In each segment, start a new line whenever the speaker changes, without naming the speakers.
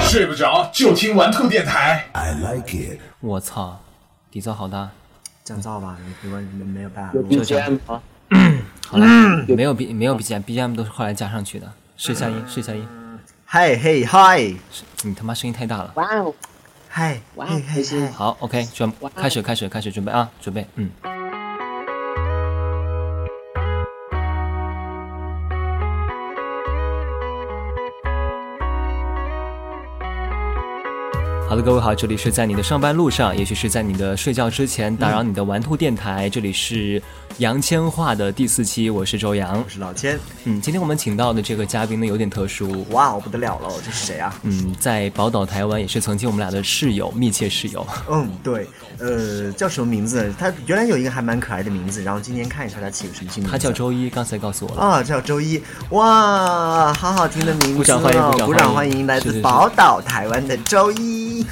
睡不着就听玩兔电台。
I like it。
我操，底噪好大，
降噪吧，没关没没有办法
有
录。
BGM 吗？
好了，没有 B 没有 BGM，BGM 都是后来加上去的。试一下音，试一下音，
嗨嘿嗨
你他妈声音太大了。
哇哦，
嗨
哇
嘿
开
嘿
心
嗨！
好，OK，准开始，开始，开始，准备啊，准备，嗯。好的，各位好，这里是在你的上班路上，也许是在你的睡觉之前打扰你的玩兔电台，这里是杨千嬅的第四期，我是周洋
我。是老千，
嗯，今天我们请到的这个嘉宾呢有点特殊，
哇哦，不得了了，这是谁啊？
嗯，在宝岛台湾也是曾经我们俩的室友，密切室友。
嗯，对，呃，叫什么名字？他原来有一个还蛮可爱的名字，然后今天看一下他起个什么新名字。
他叫周一，刚才告诉我了。
啊，叫周一，哇，好好听的名字、哦，
鼓掌欢迎鼓掌欢迎
鼓掌欢迎，来
是是
自
是
宝岛台湾的周一，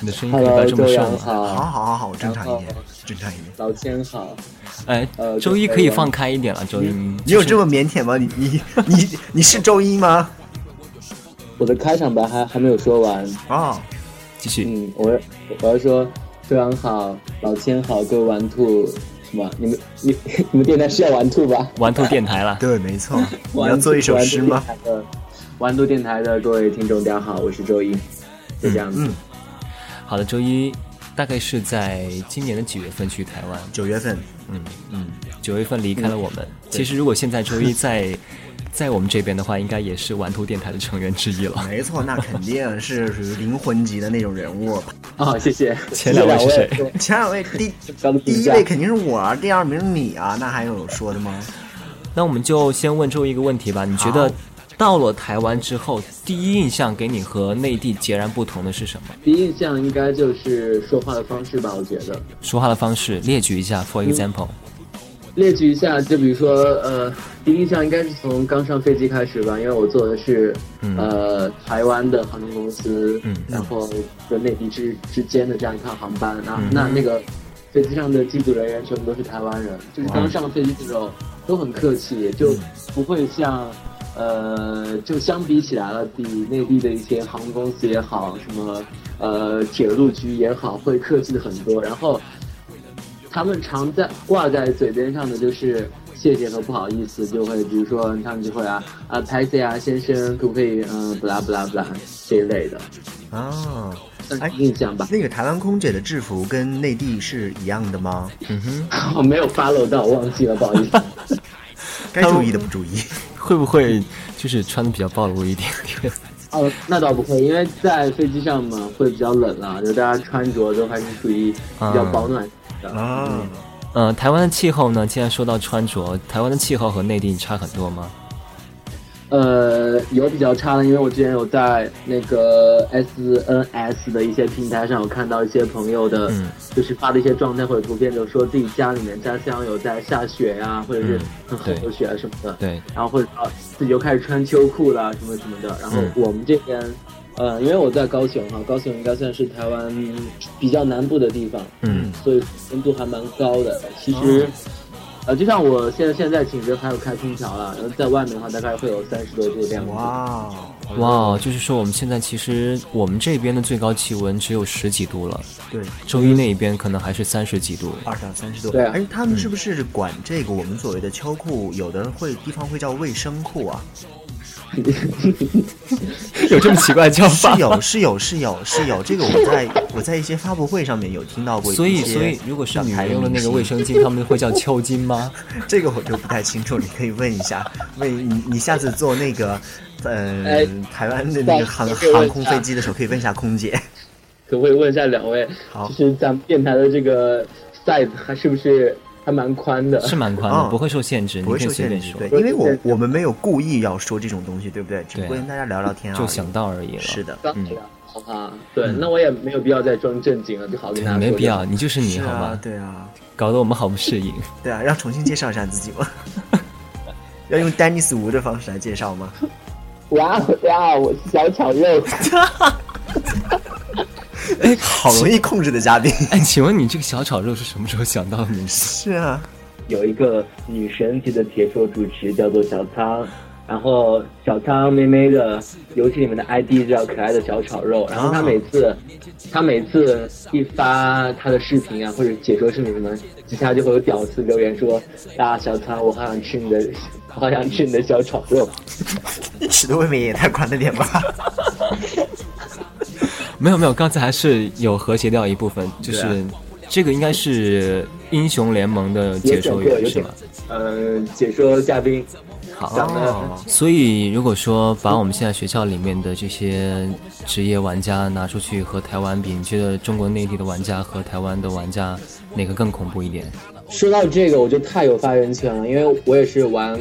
你的嗯声音可以不
Hello，
要这么
周
瘦
洋
吗？
好
好，
好好好，正常一点
然后，
正常一点。
啊老千好，
哎，
呃
周一
对
可以
我
放开一点了，周一。
你有这么腼腆吗？你你你你是周一吗？
我的开场白还还没有说完，
哦，
继续？
嗯，我要我要说周洋好，老千好，各位玩兔什么？你们你 你们电台是要玩兔吧？
玩透电台了，
对，没错。你要做一首诗吗？？
玩兔电台的各位听众，大家好，我是周一，就这样子。
嗯，
好的，周一大概是在今年的几月份去台湾？
九月份，
九月份离开了我们。
嗯
其实如果现在周一在 在我们这边的话，应该也是玩兔电台的成员之一了。
没错，那肯定是属于灵魂级的那种人物。
好、谢谢。
前两位是谁
谢谢两位
前两位第
刚刚
第
评
一
价
位肯定是我，第二名是你啊，那还有说的吗？
那我们就先问周一一个问题吧，你觉得
好
到了台湾之后，第一印象给你和内地截然不同的是什么？
第一印象应该就是说话的方式吧，我觉得。
说话的方式，列举一下，for example。
列举一下，就比如说，呃，第一印象应该是从刚上飞机开始吧，因为我坐的是、呃台湾的航空公司，
嗯
然后跟内地之之间的这样一趟航班啊，那那个飞机上的机组人员全部都是台湾人，就是刚上飞机的时候都很客气，就不会像。呃，就相比起来了，比内地的一些航空公司也好，什么呃铁路局也好，会客气的很多。然后他们常在挂在嘴边上的就是谢谢和不好意思，就会比如说他们就会啊啊拍谢啊先生，可不可以嗯不啦不啦不啦这一类的，
啊，哎
算是印象吧。
那个台湾空姐的制服跟内地是一样的吗？
我哦没有 follow 到，我忘记了，不好意思。
该注意的不注意。
会不会就是穿的比较暴露一点点？
哦，那倒不会，因为在飞机上嘛会比较冷啦，就大家穿着都还是属于比较保暖的。
嗯
啊，
呃，台湾的气候呢？既然说到穿着，台湾的气候和内地差很多吗？
呃，有比较差的，因为我之前有在那个 SNS 的一些平台上，有看到一些朋友的，
嗯
就是发的一些状态或者图片，就说自己家里面家乡有在下雪呀、或者是很
对
厚的雪啊什么的，
嗯对，
然后或者说自己又开始穿秋裤啦什么什么的。然后
嗯
我们这边，呃，因为我在高雄哈，高雄应该算是台湾比较南部的地方，
嗯，哦
所以温度还蛮高的。其实，呃，就像我现在现在寝室还有开空调了，然后在外面的话大概会有三十多度这样子。
哇，哦
哇，就是说我们现在其实我们这边的最高气温只有十几度了，
对，
周一那边可能还是三十几度。
二到三十度。
对啊
哎，他们是不是管这个我们所谓的秋裤，有的会地方会叫卫生裤啊？
有这么奇怪的叫
是？ 有是有是有是有，这个我在我在一些发布会上面有听到过一些。
所以，所以如果是女人用的那个卫生巾，他们会叫秋巾吗？
这个我就不太清楚，你可以问一下， 问你你下次坐那个，呃
哎，
台湾的那个航
再再问一下
航空飞机的时候，可以问一下 空姐。
可不可以问一下两位，
好
就是咱们电台的这个 size 还是不是还蛮宽的？
是蛮宽的，
嗯
啊不会受限制，你
不会
可以
受
随
限
便
制，
说
对，，
对
因为我
对
我们没有故意要说这种东西，对不对？只不
对
过
啊
跟大家聊聊天啊，
就想到而已了。
是的，
当然
嗯
了，啊好吧，对，那我也没有必要再装正经了，就好跟大家
对，嗯
说。
没必要，。你就是你
是
好
啊，
吗？
对啊，
搞得我们好不适应。
对啊，要重新介绍一下自己吗？要用丹尼斯吴的方式来介绍吗？
哇哦哇哦，我是小炒肉。
哎，
好容易控制的嘉宾。
哎，请问你这个小炒肉是什么时候想到的名字？
是啊，
有一个女神级的解说主持叫做小仓，然后小仓妹妹的游戏里面的 ID 叫可爱的小炒
啊
肉，然后他每次、他每次一发他的视频啊或者解说视频什么，底下就会有屌丝留言说：“啊，小仓，我好想吃你的，我好想吃你的小炒肉。
尺度未免也太宽 了点吧？
啊没有没有，刚才还是有和谐掉一部分，就是、
对
这个应该是英雄联盟的”
有
解
整
说
个
员
有
是
整
吗？，
嗯、解说嘉宾
好
讲的、
所以，如果说把我们现在学校里面的这些职业玩家拿出去和台湾比，你觉得中国内地的玩家和台湾的玩家哪个更恐怖一点？
说到这个，我就太有发言权了，因为我也是玩，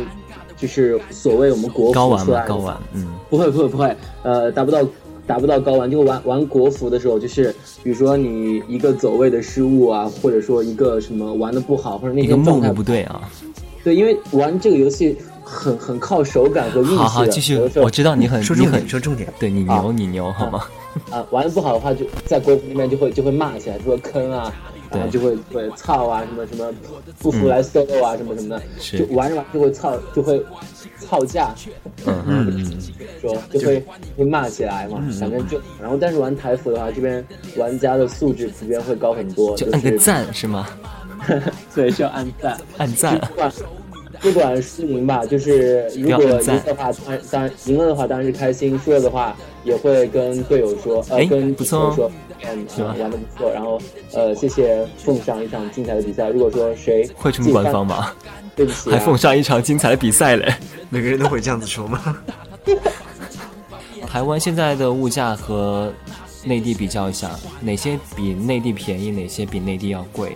就是所谓我们国
高
服
玩
出来
吗？
的。
高玩，嗯，
不会不会不会，呃，达不到达不到高玩，就玩玩国服的时候，就是比如说你一个走位的失误啊，或者说一个什么玩的不好，或者那
一个
天
目
状态
录不对啊。
对，因为玩这个游戏很很靠手感和运气的。
好好，继续
有的，时候
我知道你很
说
你
重
很
点，说重点。
对你牛你牛好吗？
啊，玩的不好的话，就在国服那边就会就会骂起来，说坑啊，然
对
后
嗯
就会会操啊，什么什么不服来 solo 啊，什么什么的，
是
就玩着玩着就会操，就会操架，
嗯哼，嗯
嗯嗯，
说就会会骂起来嘛，反正就然后但是玩台服的话，这边玩家的素质普遍会高很多，
就按个
是，
赞是吗？
对，是要按赞，
按赞，
不管不管输赢吧，就是如
啊不要
果赢
按赞
的话，当然当然赢了的话当然是开心，输了的话也会跟队友说，呃
哎，
跟
不错哦
队友说，嗯，
吧
嗯玩的不错，然后呃，谢谢奉上一场精彩的比赛。如果说谁
会这么官方？吗？
对不起、啊，
还奉上一场精彩的比赛嘞。
每个人都会这样子说吗？
台湾现在的物价和内地比较一下，哪些比内地便宜，哪些比内地要贵？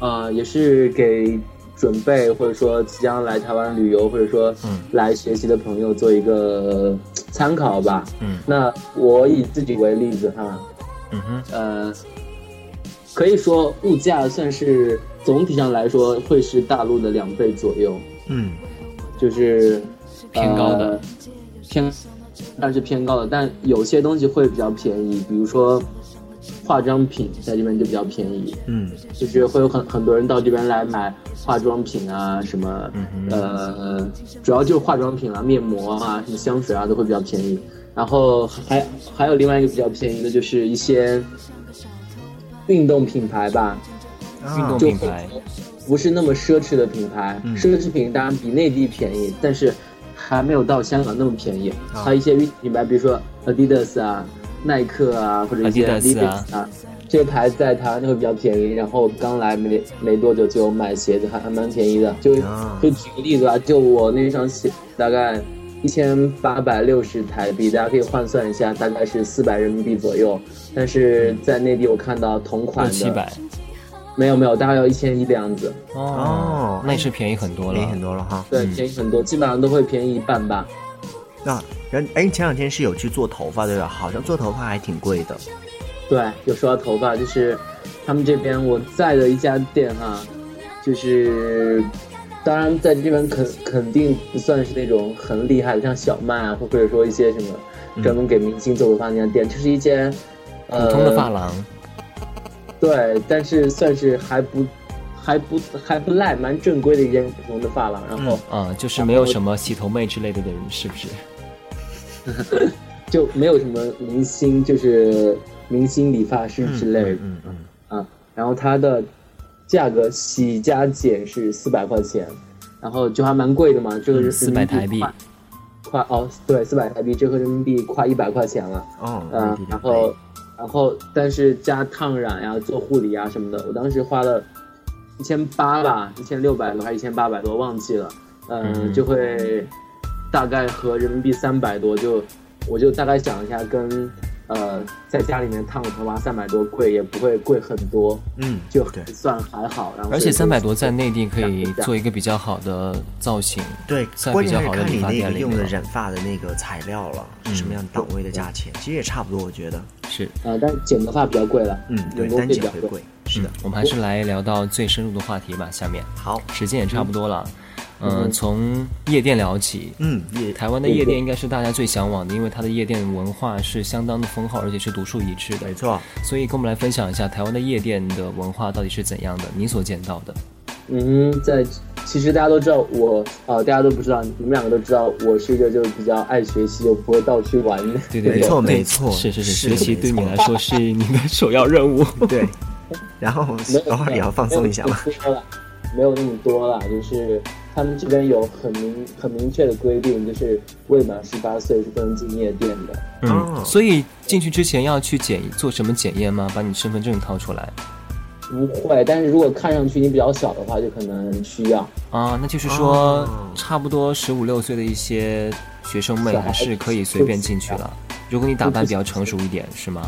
呃，也是给准备或者说即将来台湾旅游或者说
嗯
来学习的朋友做一个呃参考吧。
嗯
那我以自己为例子哈，
嗯哼，
呃，可以说物价算是总体上来说会是大陆的两倍左右，
嗯，
就是
偏高的
呃偏，但是偏高的，但有些东西会比较便宜，比如说化妆品在这边就比较便宜，
嗯，
就是会有很很多人到这边来买化妆品啊，什么、呃，主要就是化妆品啊、面膜啊、什么香水啊都会比较便宜。然后还还有另外一个比较便宜的就是一些运动品牌吧，
啊
运动
就
品牌
不是那么奢侈的品牌，
嗯
奢侈品当然比内地便宜，但是还没有到香港那么便宜。还有一些运动品牌，比如说 Adidas 啊、耐克啊，或者一些
Adidas 啊
Levi's 啊，这些牌子在台湾就会比较便宜。然后刚来没没多久就买鞋子，还还蛮便宜的。就
啊
就举个例子吧，就我那双鞋大概。一千八百六十台币，大家可以换算一下，大概是四百人民币左右。但是在内地，我看到同
嗯
款
六
的
七百
没有没有，大概要一千一的样子。
哦
那也是便宜很多了，
便宜很多了哈。
对，
嗯
便宜很多，基本上都会便宜一半吧。
那然哎，前两天是有去做头发对吧？好像做头发还挺贵的。
对，有说到头发，就是他们这边我在的一家店哈，就是当然在这边肯肯定不算是那种很厉害的，像小麦啊，或者说一些什么专门给明星做头发那家店，就是一间呃
嗯普通的发廊，啊
对，但是算是还不还不还不赖，蛮正规的一间普通的发廊，然后。
呃
嗯，就是没有什么洗头妹之类的人，是不是？
就没有什么明星，就是明星理发师之类的，
嗯嗯
啊，然后它的价格洗加减是四百块钱，然后就还蛮贵的嘛，这个是
嗯400台币
快，快哦，对，四百台币，折合人民币快一百块钱了，
哦，内
嗯、
地
然
两倍
后然后但是加烫染呀、做护理啊什么的，我当时花了一千八吧，一千六百多还是一千八百多，忘记了，嗯、
嗯
就会大概合人民币三百多，就我就大概想一下跟。呃，在家里面烫个头发啊三百多贵也不会贵很多，
嗯，
就
对
算还好。然后
而且
所以
三
就
百多在内地可以做一个比较好的造型，
对，
算
关
比
键
较
是
好的
看
理
你
发
那
店
个
里
用的
面了。嗯
染发的那个材料了，是什么样档位的价钱，其实也差不多，我觉得。
是，
啊、但是剪头发比较贵了，
嗯，对，
人工
单
费比
剪
较
会
贵。
贵。是的，
我们还是来聊到最深入的话题吧。下面
好，
时间也差不多了，嗯，从夜店聊起。
嗯，也
台湾的夜店应该是大家最向往的，因为它的夜店文化是相当的丰厚，而且是独树一帜的
没。错。
所以跟我们来分享一下台湾的夜店的文化到底是怎样的，你所见到的。
嗯，在其实大家都知道我，呃，大家都不知道，你们两个都知道，我是一个就是比较爱学习又不会到处玩 的。
对对对，
没错
对
没错
是是是，
是
学习
没
对你
错
来说是你的首要任务。
对，然后偶哦尔也要放松一下嘛。
没有那么多啦，没有那么多啦，就是他们这边有很明很明确的规定，就是未满十八岁是不能进夜店的。
嗯，
哦
所以进去之前要去检做什么检验吗？把你身份证掏出来
不会，但是如果看上去你比较小的话，就可能需要。
啊？那就是说
哦，
差不多十五六岁的一些学生妹
小
还
孩
是可以随便进去了。如果你打扮比较成熟一点，是吗？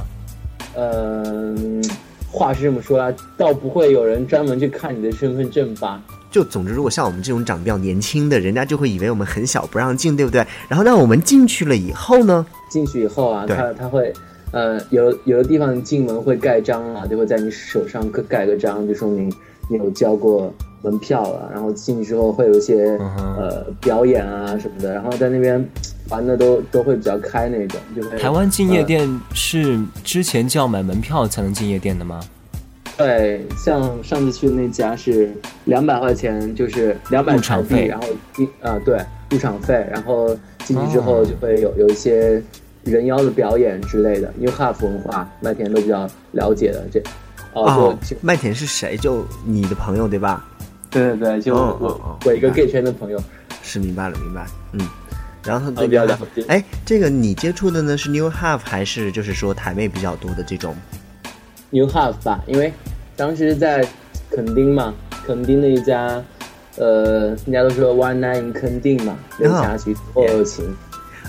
嗯，话是这么说啦，倒不会有人专门去看你的身份证吧？
就总之，如果像我们这种长得比较年轻的，人家就会以为我们很小不让进，对不对？然后那我们进去了以后呢，
进去以后啊，
对
他他会，呃，有有的地方进门会盖章啊，就会在你手上盖盖个章，就说明你有交过门票了。然后进去之后会有一些、
嗯哼
呃表演啊什么的，然后在那边玩的都都会比较开那种，就会
台湾进
呃
夜店是之前就要买门票才能进夜店的吗？
对，像上次去的那家是两百块钱，就是两百
入场费
然后进啊、对入场费，然后进去之
哦
后就会有、有一些人妖的表演之类的，因为 half 文化麦田都比较了解的这。哦
哦，
就，
麦田是谁？就你的朋友对吧？
对对对，就
哦
我、
哦哦
我一个
明白
gay 圈的朋友，
是明白了，明白，嗯。然后他
啊
对
不要
吧
聊天
哎，这个你接触的呢是 New Half 还是就是说台妹比较多的这种？
New Half 吧，因为当时在垦丁嘛，垦丁那一家，呃，人家都说 One Night in 垦丁嘛，
哦
刘霞琪或友情，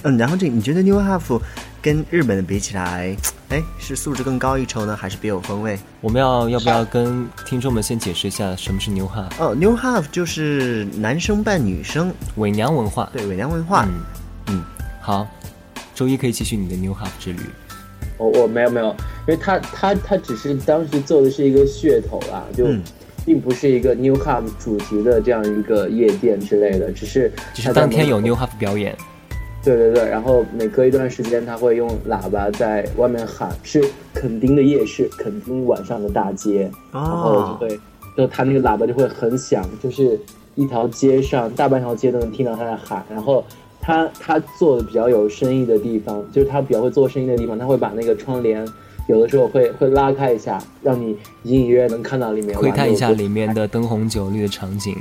嗯，然后这你觉得 New Half 跟日本的比起来，哎，是素质更高一筹呢，还是别有风味？
我们要要不要跟听众们先解释一下什么是牛哈
哦，New Half 就是男生扮女生，
伪娘文化？
对，伪娘文化。
嗯嗯，好，周一可以继续你的牛哈之旅。
我我没有没有，因为他他他只是当时做的是一个噱头啦，就
嗯
并不是一个 New Hub 主题的这样一个夜店之类的，只是
只
他
是
在
当天
门
有
口
New Half 表演，
对对对，然后每隔一段时间他会用喇叭在外面喊，是垦丁的夜市，垦丁晚上的大街，然后就
哦，
会，就他那个喇叭就会很响，就是一条街上大半条街都能听到他在喊。然后他他做的比较有生意的地方，就是他比较会做生意的地方，他会把那个窗帘有的时候会会拉开一下，让你隐隐约约能看到里面
窥
玩的
探一
有
下
多
里面的灯红酒绿的场景。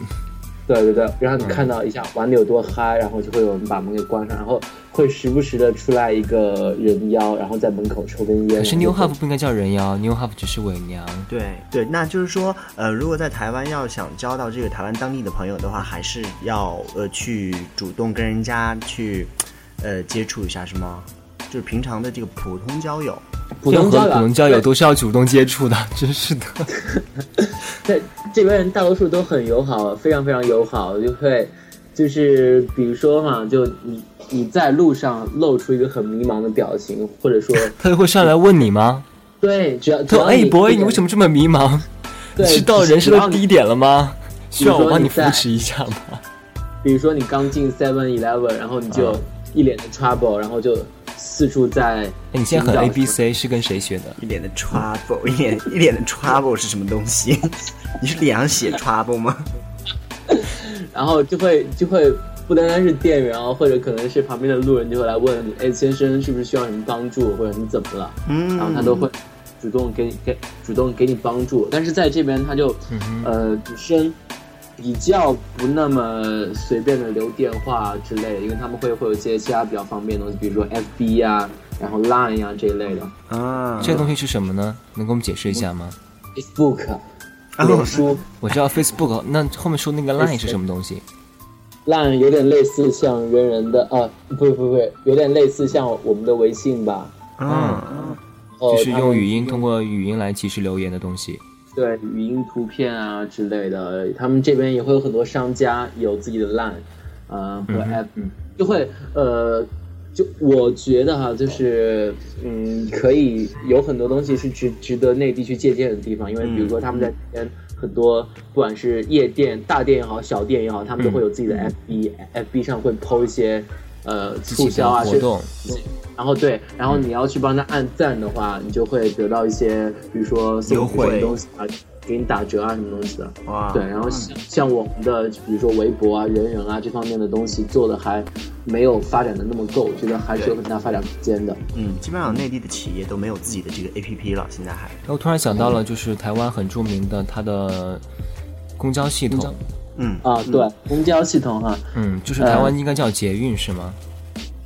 对对对，然后
嗯
你看到一下玩的有多嗨，然后就会有人把门给关上，然后会时不时的出来一个人妖，然后在门口抽根烟。
可是
然
New
后就
Half 不应该叫人妖，New Half 只是伪娘。
对对，那就是说，呃，如果在台湾要想交到这个台湾当地的朋友的话，还是要呃去主动跟人家去，呃接触一下，是吗？就是平常的这个普通交友。
普通
任
交
何
友
普
啊，
通交友都是要主动接触的， 真是的。
在这边人大多数都很友好，非常非常友好，就会就是比如说嘛，就你你在路上露出一个很迷茫的表情，或 者说
他就会上来问你 吗？
对，只要
他
只
说：“
要
哎，boy，
一
你为什么这么迷茫？
对
是到人生的低？
只
点了吗？需要我帮你扶
比如说你在
持一下 吗
要你比如说你刚进 Seven Eleven，然后你就一脸的 trouble，然后就四处在？”
啊哎，你现在很
寻找
A B C 是跟谁学的？
一脸的 trouble，一 脸一脸的 trouble 是什么东西？ 你是凉血 trouble 吗？
然后就会就会不单单是店员啊，或者可能是旁边的路人就会来问你，哎，先生是不是需要什么帮助，或者你怎么了？
嗯，
然后他都会主动给你给主动给你帮助。但是在这边他就、呃女生比较不那么随便的留电话之类的，因为他们会会有一些其他比较方便的东西，比如说 FB 呀、然后 Line 呀、这一类的
啊，
这个东西是什么呢？能给我们解释一下吗？
，Facebook、
啊
脸书、
我 知道 Facebook，那后面说那个 Line 是什么东西？
Line 有点类似像人人的啊，不不不，有点类似像我们的微信吧。
嗯，
哦
就是
他
用
们
语音通过语音来及时留言的东西。
对语音、图片啊之类的，他们这边也会有很多商家有自己的 line，呃，
嗯
和 app，、就会呃，就我觉得哈，就是嗯，可以有很多东西是值值得内地去借鉴的地方，
嗯
因为比如说他们在这边很多，不管是夜店、大店也好，小店也好，他们都会有自己的 FB，FB、FB 上会 PO 一些呃
嗯自
促
己
销
的
啊，
活动，
然后对，然后你要去帮他按赞的话，你就会得到一些，比如说送
优
你什么
惠
东西啊，给你打折啊，什么东西的。
哇，
对，然后像像我们的，比如说微博啊、人人啊这方面的东西做的还没有发展的那么够，我觉得还是有很大发展空间的。
嗯，基本上内地的企业都没有自己的这个 APP 了，现在还，
我突然想到了，就是台湾很著名的它的公交系统，
嗯
啊，对，公交系统哈、
嗯，就是台湾应该叫捷运是吗？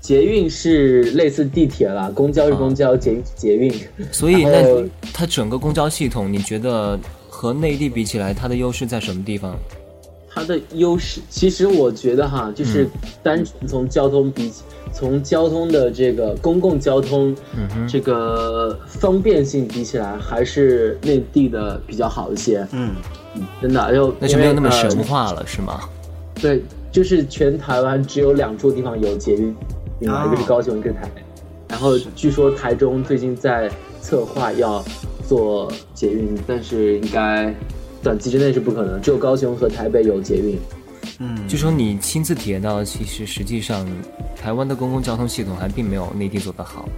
捷运是类似地铁啦，公交是公交，捷运是捷运。
所以
然后
那它整个公交系统，你觉得和内地比起来，它的优势在什么地方？
它的优势，其实我觉得哈，就是
嗯
单纯从交通比起，从交通的这个公共交通
嗯哼，
这个方便性比起来，还是内地的比较好一些，
嗯
真的。然后
那就没有那么
因为
神
呃
话了是吗？
对，就是全台湾只有两处地方有捷运，啊，
哦
一个是高雄，一个是台北。然后据说台中最近在策划要做捷运，但是应该短期之内是不可能，只有高雄和台北有捷运。
嗯，
就说你亲自体验到，其实实际上台湾的公共交通系统还并没有内地做得好。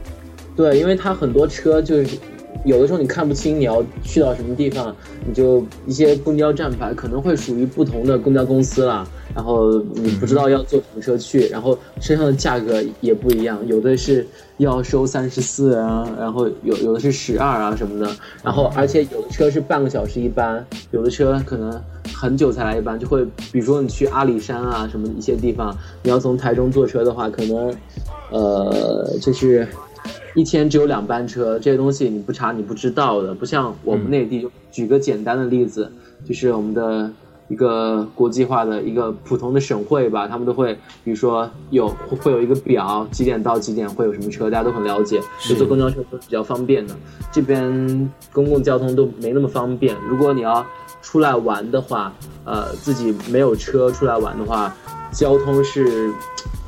对，因为它很多车就是有的时候你看不清你要去到什么地方，你就一些公交站牌可能会属于不同的公交公司啦，然后你不知道要坐什么车去，然后车上的价格也不一样，有的是要收三十四啊，然后有有的是十二啊什么的，然后而且有的车是半个小时一班，有的车可能。很久才来一班，就会比如说你去阿里山啊什么一些地方，你要从台中坐车的话，可能，呃，就是一天只有两班车，这些东西你不查你不知道的，不像我们内地。举个简单的例子，就是我们的一个国际化的一个普通的省会吧，他们都会，比如说有会有一个表，几点到几点会有什么车，大家都很了解，就坐公交车都是比较方便的。这边公共交通都没那么方便，如果你要出来玩的话，呃，自己没有车出来玩的话，交通是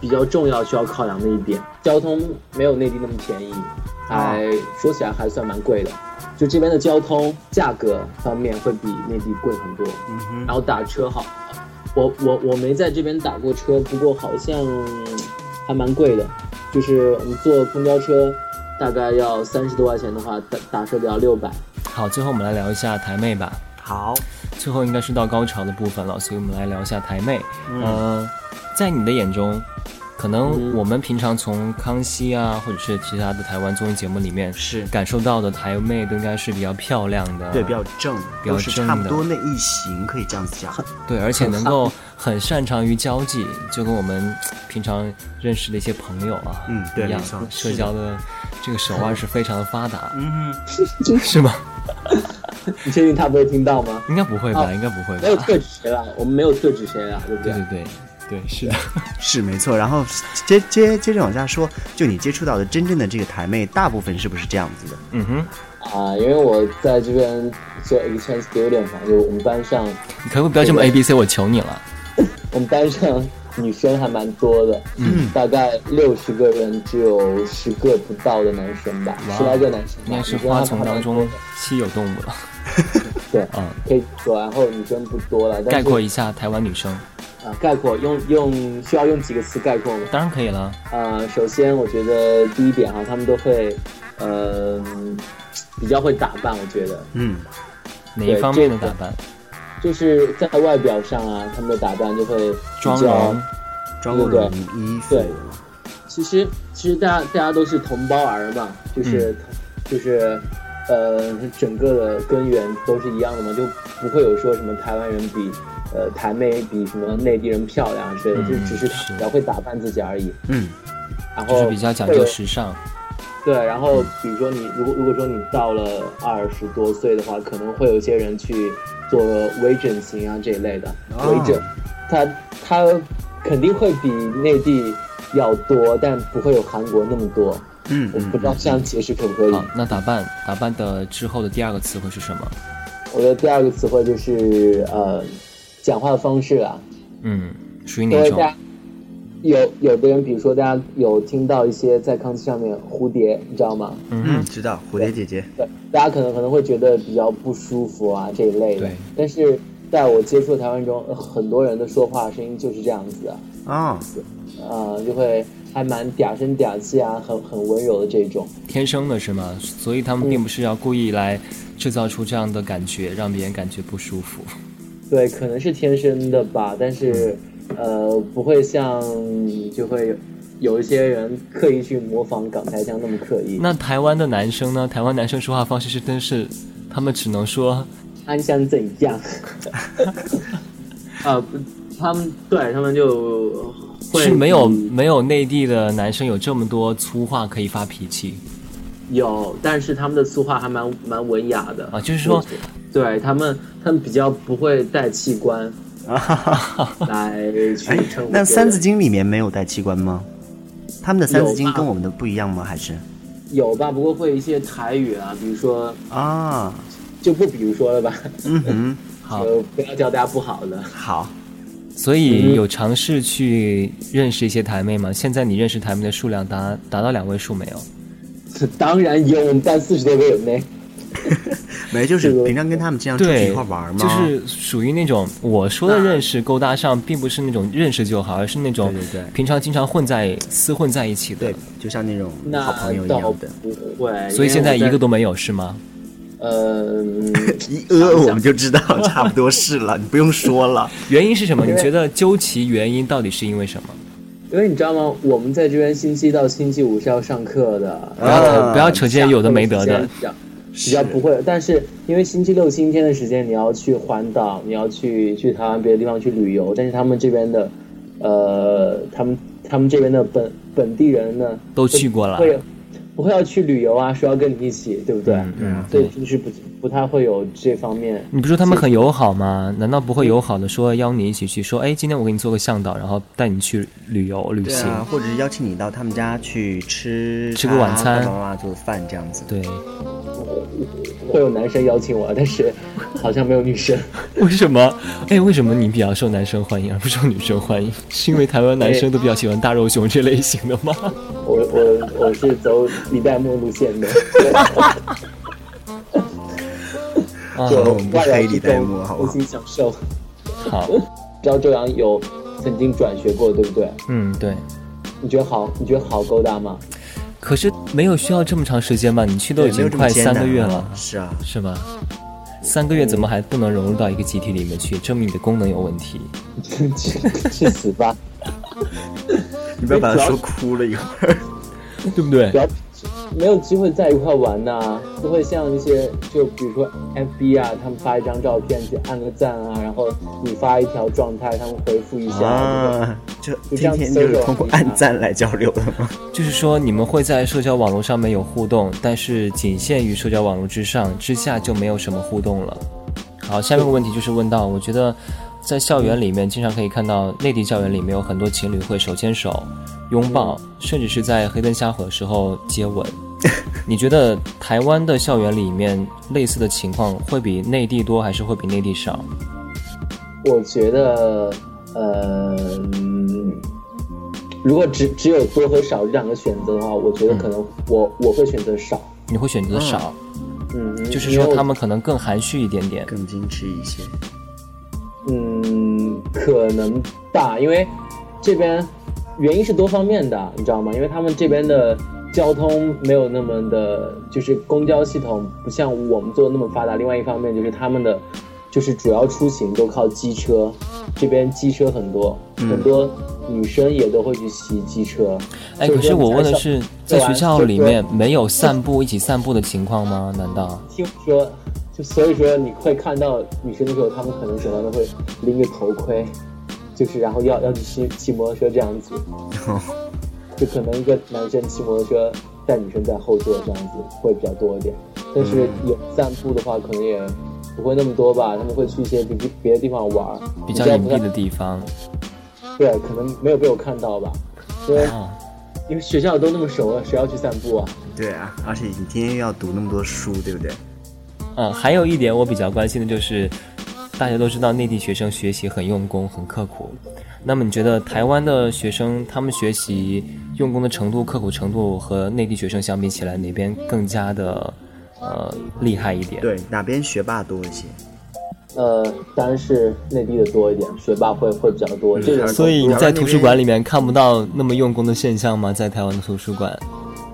比较重要需要考量的一点。交通没有内地那么便宜，还说起来还算蛮贵的。就这边的交通价格方面会比内地贵很多。
嗯哼，
然后打车好，我我我没在这边打过车，不过好像还蛮贵的，就是我们坐公交车大概要三十多块钱的话，打打车得要六百。
好，最后我们来聊一下台妹吧。
好，
最后应该是到高潮的部分了，所以我们来聊一下台妹。
嗯
呃，在你的眼中，可能
嗯
我们平常从《康熙》啊，或者是其他的台湾综艺节目里面
是
感受到的台妹，都应该是比较漂亮的，
对，比较正，
比较
都是
正
差不
的
多那一型，可以这样子讲，
对，而且
很
能够很擅长于交际，就跟我们平常认识的一些朋友啊，
嗯对
一样
没错，是
社
的
交的这个手腕是非常的发达，
嗯哼，
是吗？
你确定他不会听到吗？
应该不会吧？
哦
应该不会
没有
吧？
特指 谁啦，我们没有特指谁啦，对不
对
对？
对对对，是的。
是没错。然后接接接着往下说，就你接触到的真正的这个台妹，大部分是不是这样子的？
嗯哼，
啊，因为我在这边做 exchange student 嘛，就我们班上，
你可不可以不要这么 A B C？我求你了。
我们班上女生还蛮多的，
嗯
大概六十个人只有十个不到的男生吧，
哇哦
十来个男生吧，
应该是
女生还
花丛
还蛮
当
多
中
的
稀有动物了。
对，
嗯，
可以说，然后女生不多了，但是
概括一下台湾女生，
啊，概括用用需要用几个词概括吗？
当然可以了。
呃，首先我觉得第一点哈，他们都会，呃，比较会打扮，我觉得
嗯，
哪一方面的打扮？
就是在外表上啊，他们的打扮就会比
妆
较哦
容。
妆
对
容
对、
衣服
对，其实其实大家大家都是同胞儿嘛，
嗯
就是、就是呃，整个的根源都是一样的嘛，就不会有说什么台湾人比呃台妹比什么内地人漂亮之类
嗯
的，就只是他
是
比较会打扮自己而已。
嗯，
然
就
后
是比较讲究时尚。
对，然后比如说你如果如果说你到了二十多岁的话，可能会有些人去做微整形啊这一类的
哦
微整，它它肯定会比内地要多，但不会有韩国那么多。
嗯
我不知道这样解释可不可以
好。，那打扮打扮的之后的第二个词会是什么？
我的第二个词汇就是呃，讲话方式啦，
嗯，属于
因
哪
为
种？
大家有有的人，比如说大家有听到一些在康熙上面蝴蝶，你知道吗？
嗯
嗯，
哼，
知道蝴蝶姐姐，
对，大家可能可能会觉得比较不舒服啊这一类的
对。
但是在我接 触的台湾中，呃很多人的说话声音就是这样子的，
哦，
呃，就会还蛮嗲声嗲气啊，很很温柔的这种。
天生的是吗？所以他们并不是要故意来制造出这样的感
嗯
觉，让别人感觉不舒服。
对，可能是天生的吧，但是
嗯
呃，不会像就会有有一些人刻意去模仿港台腔那么刻意。
那台湾的男生呢？台湾男生说话方式是真是，他们只能说
安香怎 样？啊，不他们对他们就会嗯
是没有没有内地的男生有这么多粗话可以发脾气
有，但是他们的粗话还蛮蛮文雅的
啊，就是说，
对他们他们比较不会带器 官
啊，
来去
哎
称呼别人。
那《三字经》里面没有带器官吗？他们的《三字经
有》吧
跟我们的不一样吗？还是
有吧？不过会一些台语啊，比如说
啊？
就不比如说了吧，
嗯哼，
好。
就不要教大家不好的。
好，
所以有尝试去认识一些台妹吗？现在你认识台妹的数量达达到两位数没有？
当然有，我们班四十多个人呢。
没就是
这个
平常跟他们经常出去
对
一块玩嘛，，
就是属于那种我说的认识勾搭上，并不是那种认识就好，而是那种
对对对
平常经常混在厮混在一起的
对。，就像那种
那
好朋友一
倒
样的。
不会，
所以现在一个
都
都没有是吗？
呃，
一呃，我们就知道 差不多是 了，你不用说了。
原因是什么？你
因为
觉得究其原因到底是因为什么？
因为你知道吗？我们在这边星期一到星期五是要上课的，
不要
啊
不要扯这些有的没得
下课
的
时间。比较比较不会，但是因为星期六、星期天的时间，你要去环岛，你要去去台湾别的地方去旅游，但是他们这边的，呃，他们他们这边的本本地人呢，
都去过了
会不会要去旅游啊？说要跟你一起，对不对？
嗯嗯
所以就是不不太会有这方面。
你不是说他们很友好吗？难道不会友好的说邀你一起去，说哎，今天我给你做个向导，然后带你去旅游旅
对
行？
啊，或者是邀请你到他们家去吃
吃个晚餐
啊啊做饭这样子。
对，啊
会有男生邀请我，但是好像没有 女生。
为什么？哎，为什么你比较受男生欢迎，而不受女生欢迎？是因为台湾男生都比较喜欢大肉熊这类型的吗？
我我我是走李代沫路线的，
啊，
就
我们不
外表
黑
是
李代沫好不
我
好
心享受。
好，
知道周洋有曾经转学过，对不对？
嗯，对。
你觉得好？你觉得好勾搭吗？
可是没有需要这么长时间吧？你去都
对，
已
没有
经
这么
快
艰
三
难
个月
啊
了，
是啊，
是吧？三个月怎么还不能融入到一个集体里面去？证明你的功能有问题。
去去死吧！
你不要把他说哭了一会儿。
对不对
不？要没有机会在一块玩呐、就会像一些就比如说 FB 啊，他们发一张照片去按个赞啊，然后你发一条状态，他们回复一下。
啊，就
就这
天
样
天
搜
就是
索
通过
一下
暗赞来交流的吗？
就是说你们会在社交网络上面有互动，但是仅限于社交网络之上，之下就没有什么互动了。好，下面一个问题就是问到，我觉得在校园里面经常可以看到，内地校园里面有很多情侣会手牵手、拥抱，
嗯
甚至是在黑灯瞎火的时候接 吻。你觉得台湾的校园里面类似的情况会比内地多，还是会比内地少？
我觉得，呃，嗯如果只只有多和少这两个选择的话，我觉得可能我、我会选择少。
你会选择少，
嗯，
就是
因为
说
我
他们可能更含蓄一点点。
更矜持一些。
嗯，可能吧，因为这边原因是多方面的，你知道吗？因为他们这边的交通没有那么的，就是公交系统不像我们做的那么发达。另外一方面就是他们的，就是主要出行都靠机车，这边机车很多，
嗯
很多女生也都会去骑机车。
哎，
所以
可是
说
我
在
问的
校
是，在
对
学
啊
校
就
里
说
面没有散步一起散步的情况吗？难道？
听说，就所以说你会看到女生的时候，她们可能手上都会拎个头盔，就是然后要要去骑骑摩托车这样子，就可能一个男生骑摩托车带女生在后座这样子会比较多一点，但是有散步的话可能也不会那么多吧，他们会去一些别别的地方玩儿，
比较
你知道
隐
不
蔽
太
的地方
对，可能没有被我看到吧，因为
啊，
因为学校都那么熟了，谁要去散步啊？
对啊，而且你天天又要读那么多书，对不对？
嗯，还有一点我比较关心的就是，大家都知道内地学生学习很用功、很刻苦，那么你觉得台湾的学生他们学习用功的程度、刻苦程度和内地学生相比起来，哪边更加的呃厉害一点？
对，哪边学霸多一些？
呃，当然是内地的多一点，学霸会会比较多。
嗯
这种
所以你在图书馆里面看不到那么用功的现象吗？在台湾的图书馆？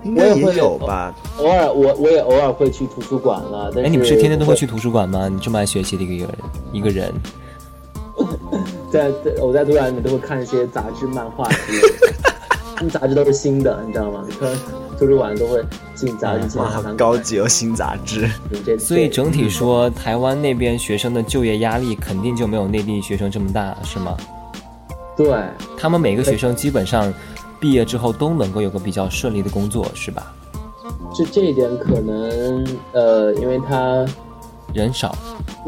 应该也有吧？
偶尔我我也偶尔会去图书馆了。但
哎，你不是天天都会去图书馆吗？你这么爱学习的一个人，一个人，
在在我在图书馆里面都会看一些杂志、漫画之类 的，他们杂志都是新的，你知道吗？你看图书馆都会进杂志进
哇，
来
好
看看
高级哦，新杂志。
你这
所以整
嗯
体说，台湾那边学生的就业压力肯定就没有内地学生这么大，是吗？
对
他们每个学生基本上毕业之后都能够有个比较顺利的工作，是吧？
这这一点可能呃，因为他
人少，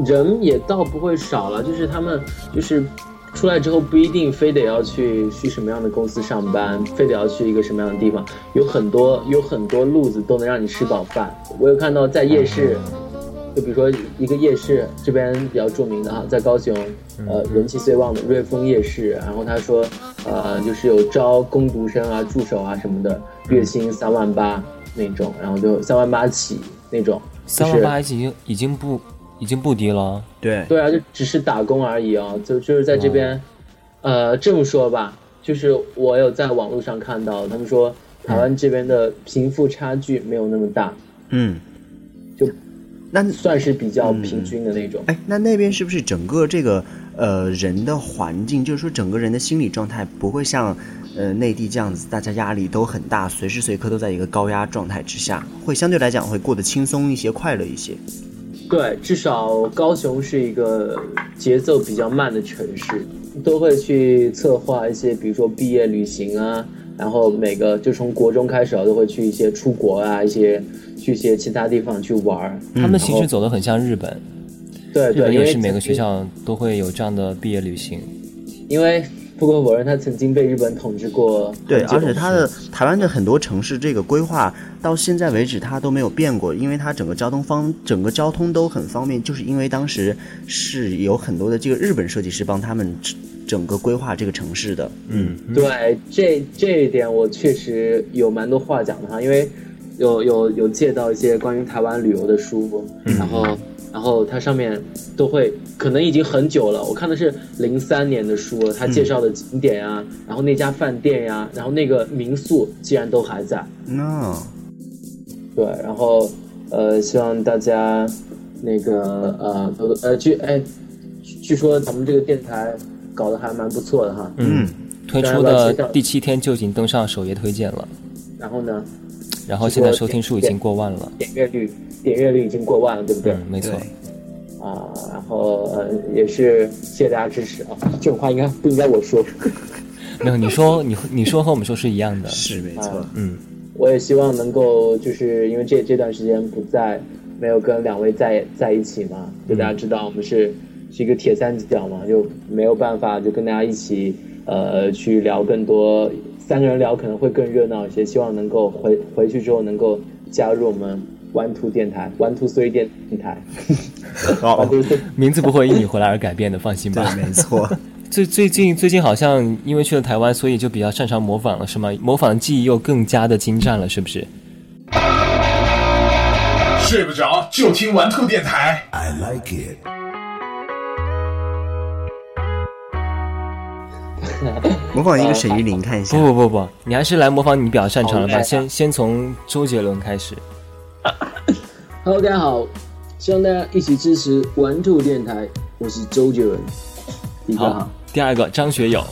人也倒不会少了，就是他们就是出来之后不一定非得要去去什么样的公司上班，非得要去一个什么样的地方，有很多有很多路子都能让你吃饱饭。我有看到在夜市，就比如说一个夜市这边比较著名的哈，在高雄，呃，人气最旺的瑞丰夜市，然后他说，呃，就是有招工读生啊、助手啊什么的，月薪三万八那种，然后就三万八起那种。就
三
是
万八已经已经不已经不低了。
对，
对啊，就只是打工而已哦，就就是在这边，
嗯
呃，这么说吧，就是我有在网络上看到，他们
嗯
说台湾这边的贫富差距没有那么大，
嗯，
就
那
算是比较平均的那
嗯
种。
哎，那那边是不是整个这个呃人的环境，就是说整个人的心理状态不会像呃内地这样子，大家压力都很大，随时随刻都在一个高压状态之下，会相对来讲会过得轻松一些，快乐一些。
对，至少高雄是一个节奏比较慢的城市，都会去策划一些，比如说毕业旅行啊，然后每个就从国中开始啊，都会去一些出国啊，一些去一些其他地方去玩儿。
他们的形式走得很像日本，日
对嗯哦对，
本
因
也
为
是每个学
曾经
校都会有这样的毕业旅行。
因为不可否认，他曾经被日本统治过。
对，而且它的台湾的很多城市这个规划到现在为止它都没有变过，因为它整个交通方整个交通都很方便，就是因为当时是有很多的这个日本设计师帮他们整整个规划这个城市的。嗯，
对这这一点，我确实有蛮多话讲的哈，因为有有有借到一些关于台湾旅游的书，
嗯
然后然后它上面都会可能已经很久了，我看的是零三年的书，它介绍的景点啊，然后那家饭店呀、然后那个民宿竟然都还在。
那、
对，然后呃，希望大家那个呃多多呃据哎，据说咱们这个电台搞得还蛮不错的哈。
嗯，
推出的第七天就已经登上首页推荐了，
然后呢，
然后现在收听数已经过万了。
点阅率点阅率已经过万了，对不对？
嗯，没错
对。，
啊，然后呃也是谢谢大家支持啊。这种话应该不应该我说？
没有，你说你你说和我们说是一样的。
是没错。
嗯，
我也希望能够就是因为这这段时间不在，没有跟两位在在一起嘛，就大家知道我们是、是一个铁三角嘛，就没有办法就跟大家一起呃去聊更多，三个人聊可能会更热闹一些。希望能够回回去之后能够加入我们 One Two 电台，One Two Three 电台
好
，One，Two Three
名字不会因你回来而改变的，放心吧
对，。没错。
最最近最近好像因为去了台湾，所以就比较擅长模仿了，是吗？模仿技艺又更加的精湛了，是不是？
睡不着就听玩兔电台。
模仿一个沈玉琳看一下
不。不不不，你还是来模仿你比较擅长的
好
吧。
嘞
先先从周杰伦开始。
Hello，大家好，希望大家一起支持 One Two 电台，我是周杰伦，大家好
好。，第二个张学友。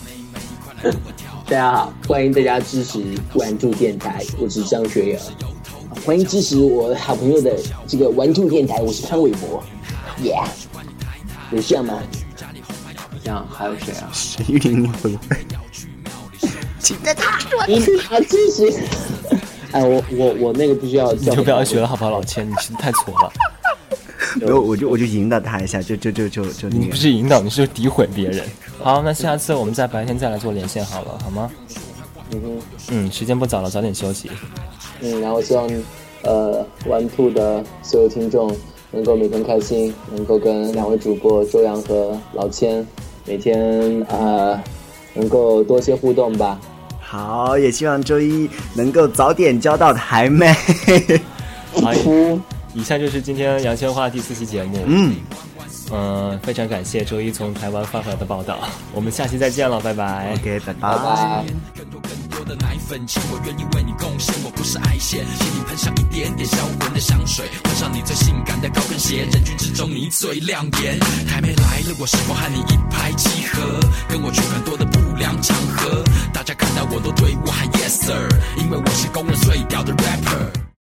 大家好，欢迎大家支持玩兔电台，我是张学友。欢迎支持我好朋友的这个玩兔电台，我是潘玮柏。Yeah，有像吗？像，还有谁啊？
沈玉琳，你会不会？
你好支 持。哎，我我我那个必须要
你
叫，
就不要学了，好不好，老千？你是太挫 了，
没有，我就我就引导他一下，就就就就就
你
那
不
个。
是引导，你是诋毁别人。好，那下次我们在白天再来做连线好了，好吗？
嗯
嗯，时间不早了，早点休息。
嗯，然后希望呃玩兔的所有听众能够每天开心，能够跟两位主播周洋和老千每天呃能够多些互动吧。
好，也希望周一能够早点交到台妹。
哎好，以上就是今天杨千嬅第四期节目。
嗯，
嗯、非常感谢周一从台湾发回来的报道，我们下期再见了，拜拜。
OK，拜
拜
拜。
拜。
更多更多的奶粉，请我愿意为你贡献，我不是爱线，请你喷上一点点销魂的香水，换上你最性感的高跟鞋，人群之中你最亮眼。还没来了，我是否和你一拍即合？跟我去很多的不良场合，大家看到我都对我喊 yes sir，因为我是公认最屌的 rapper。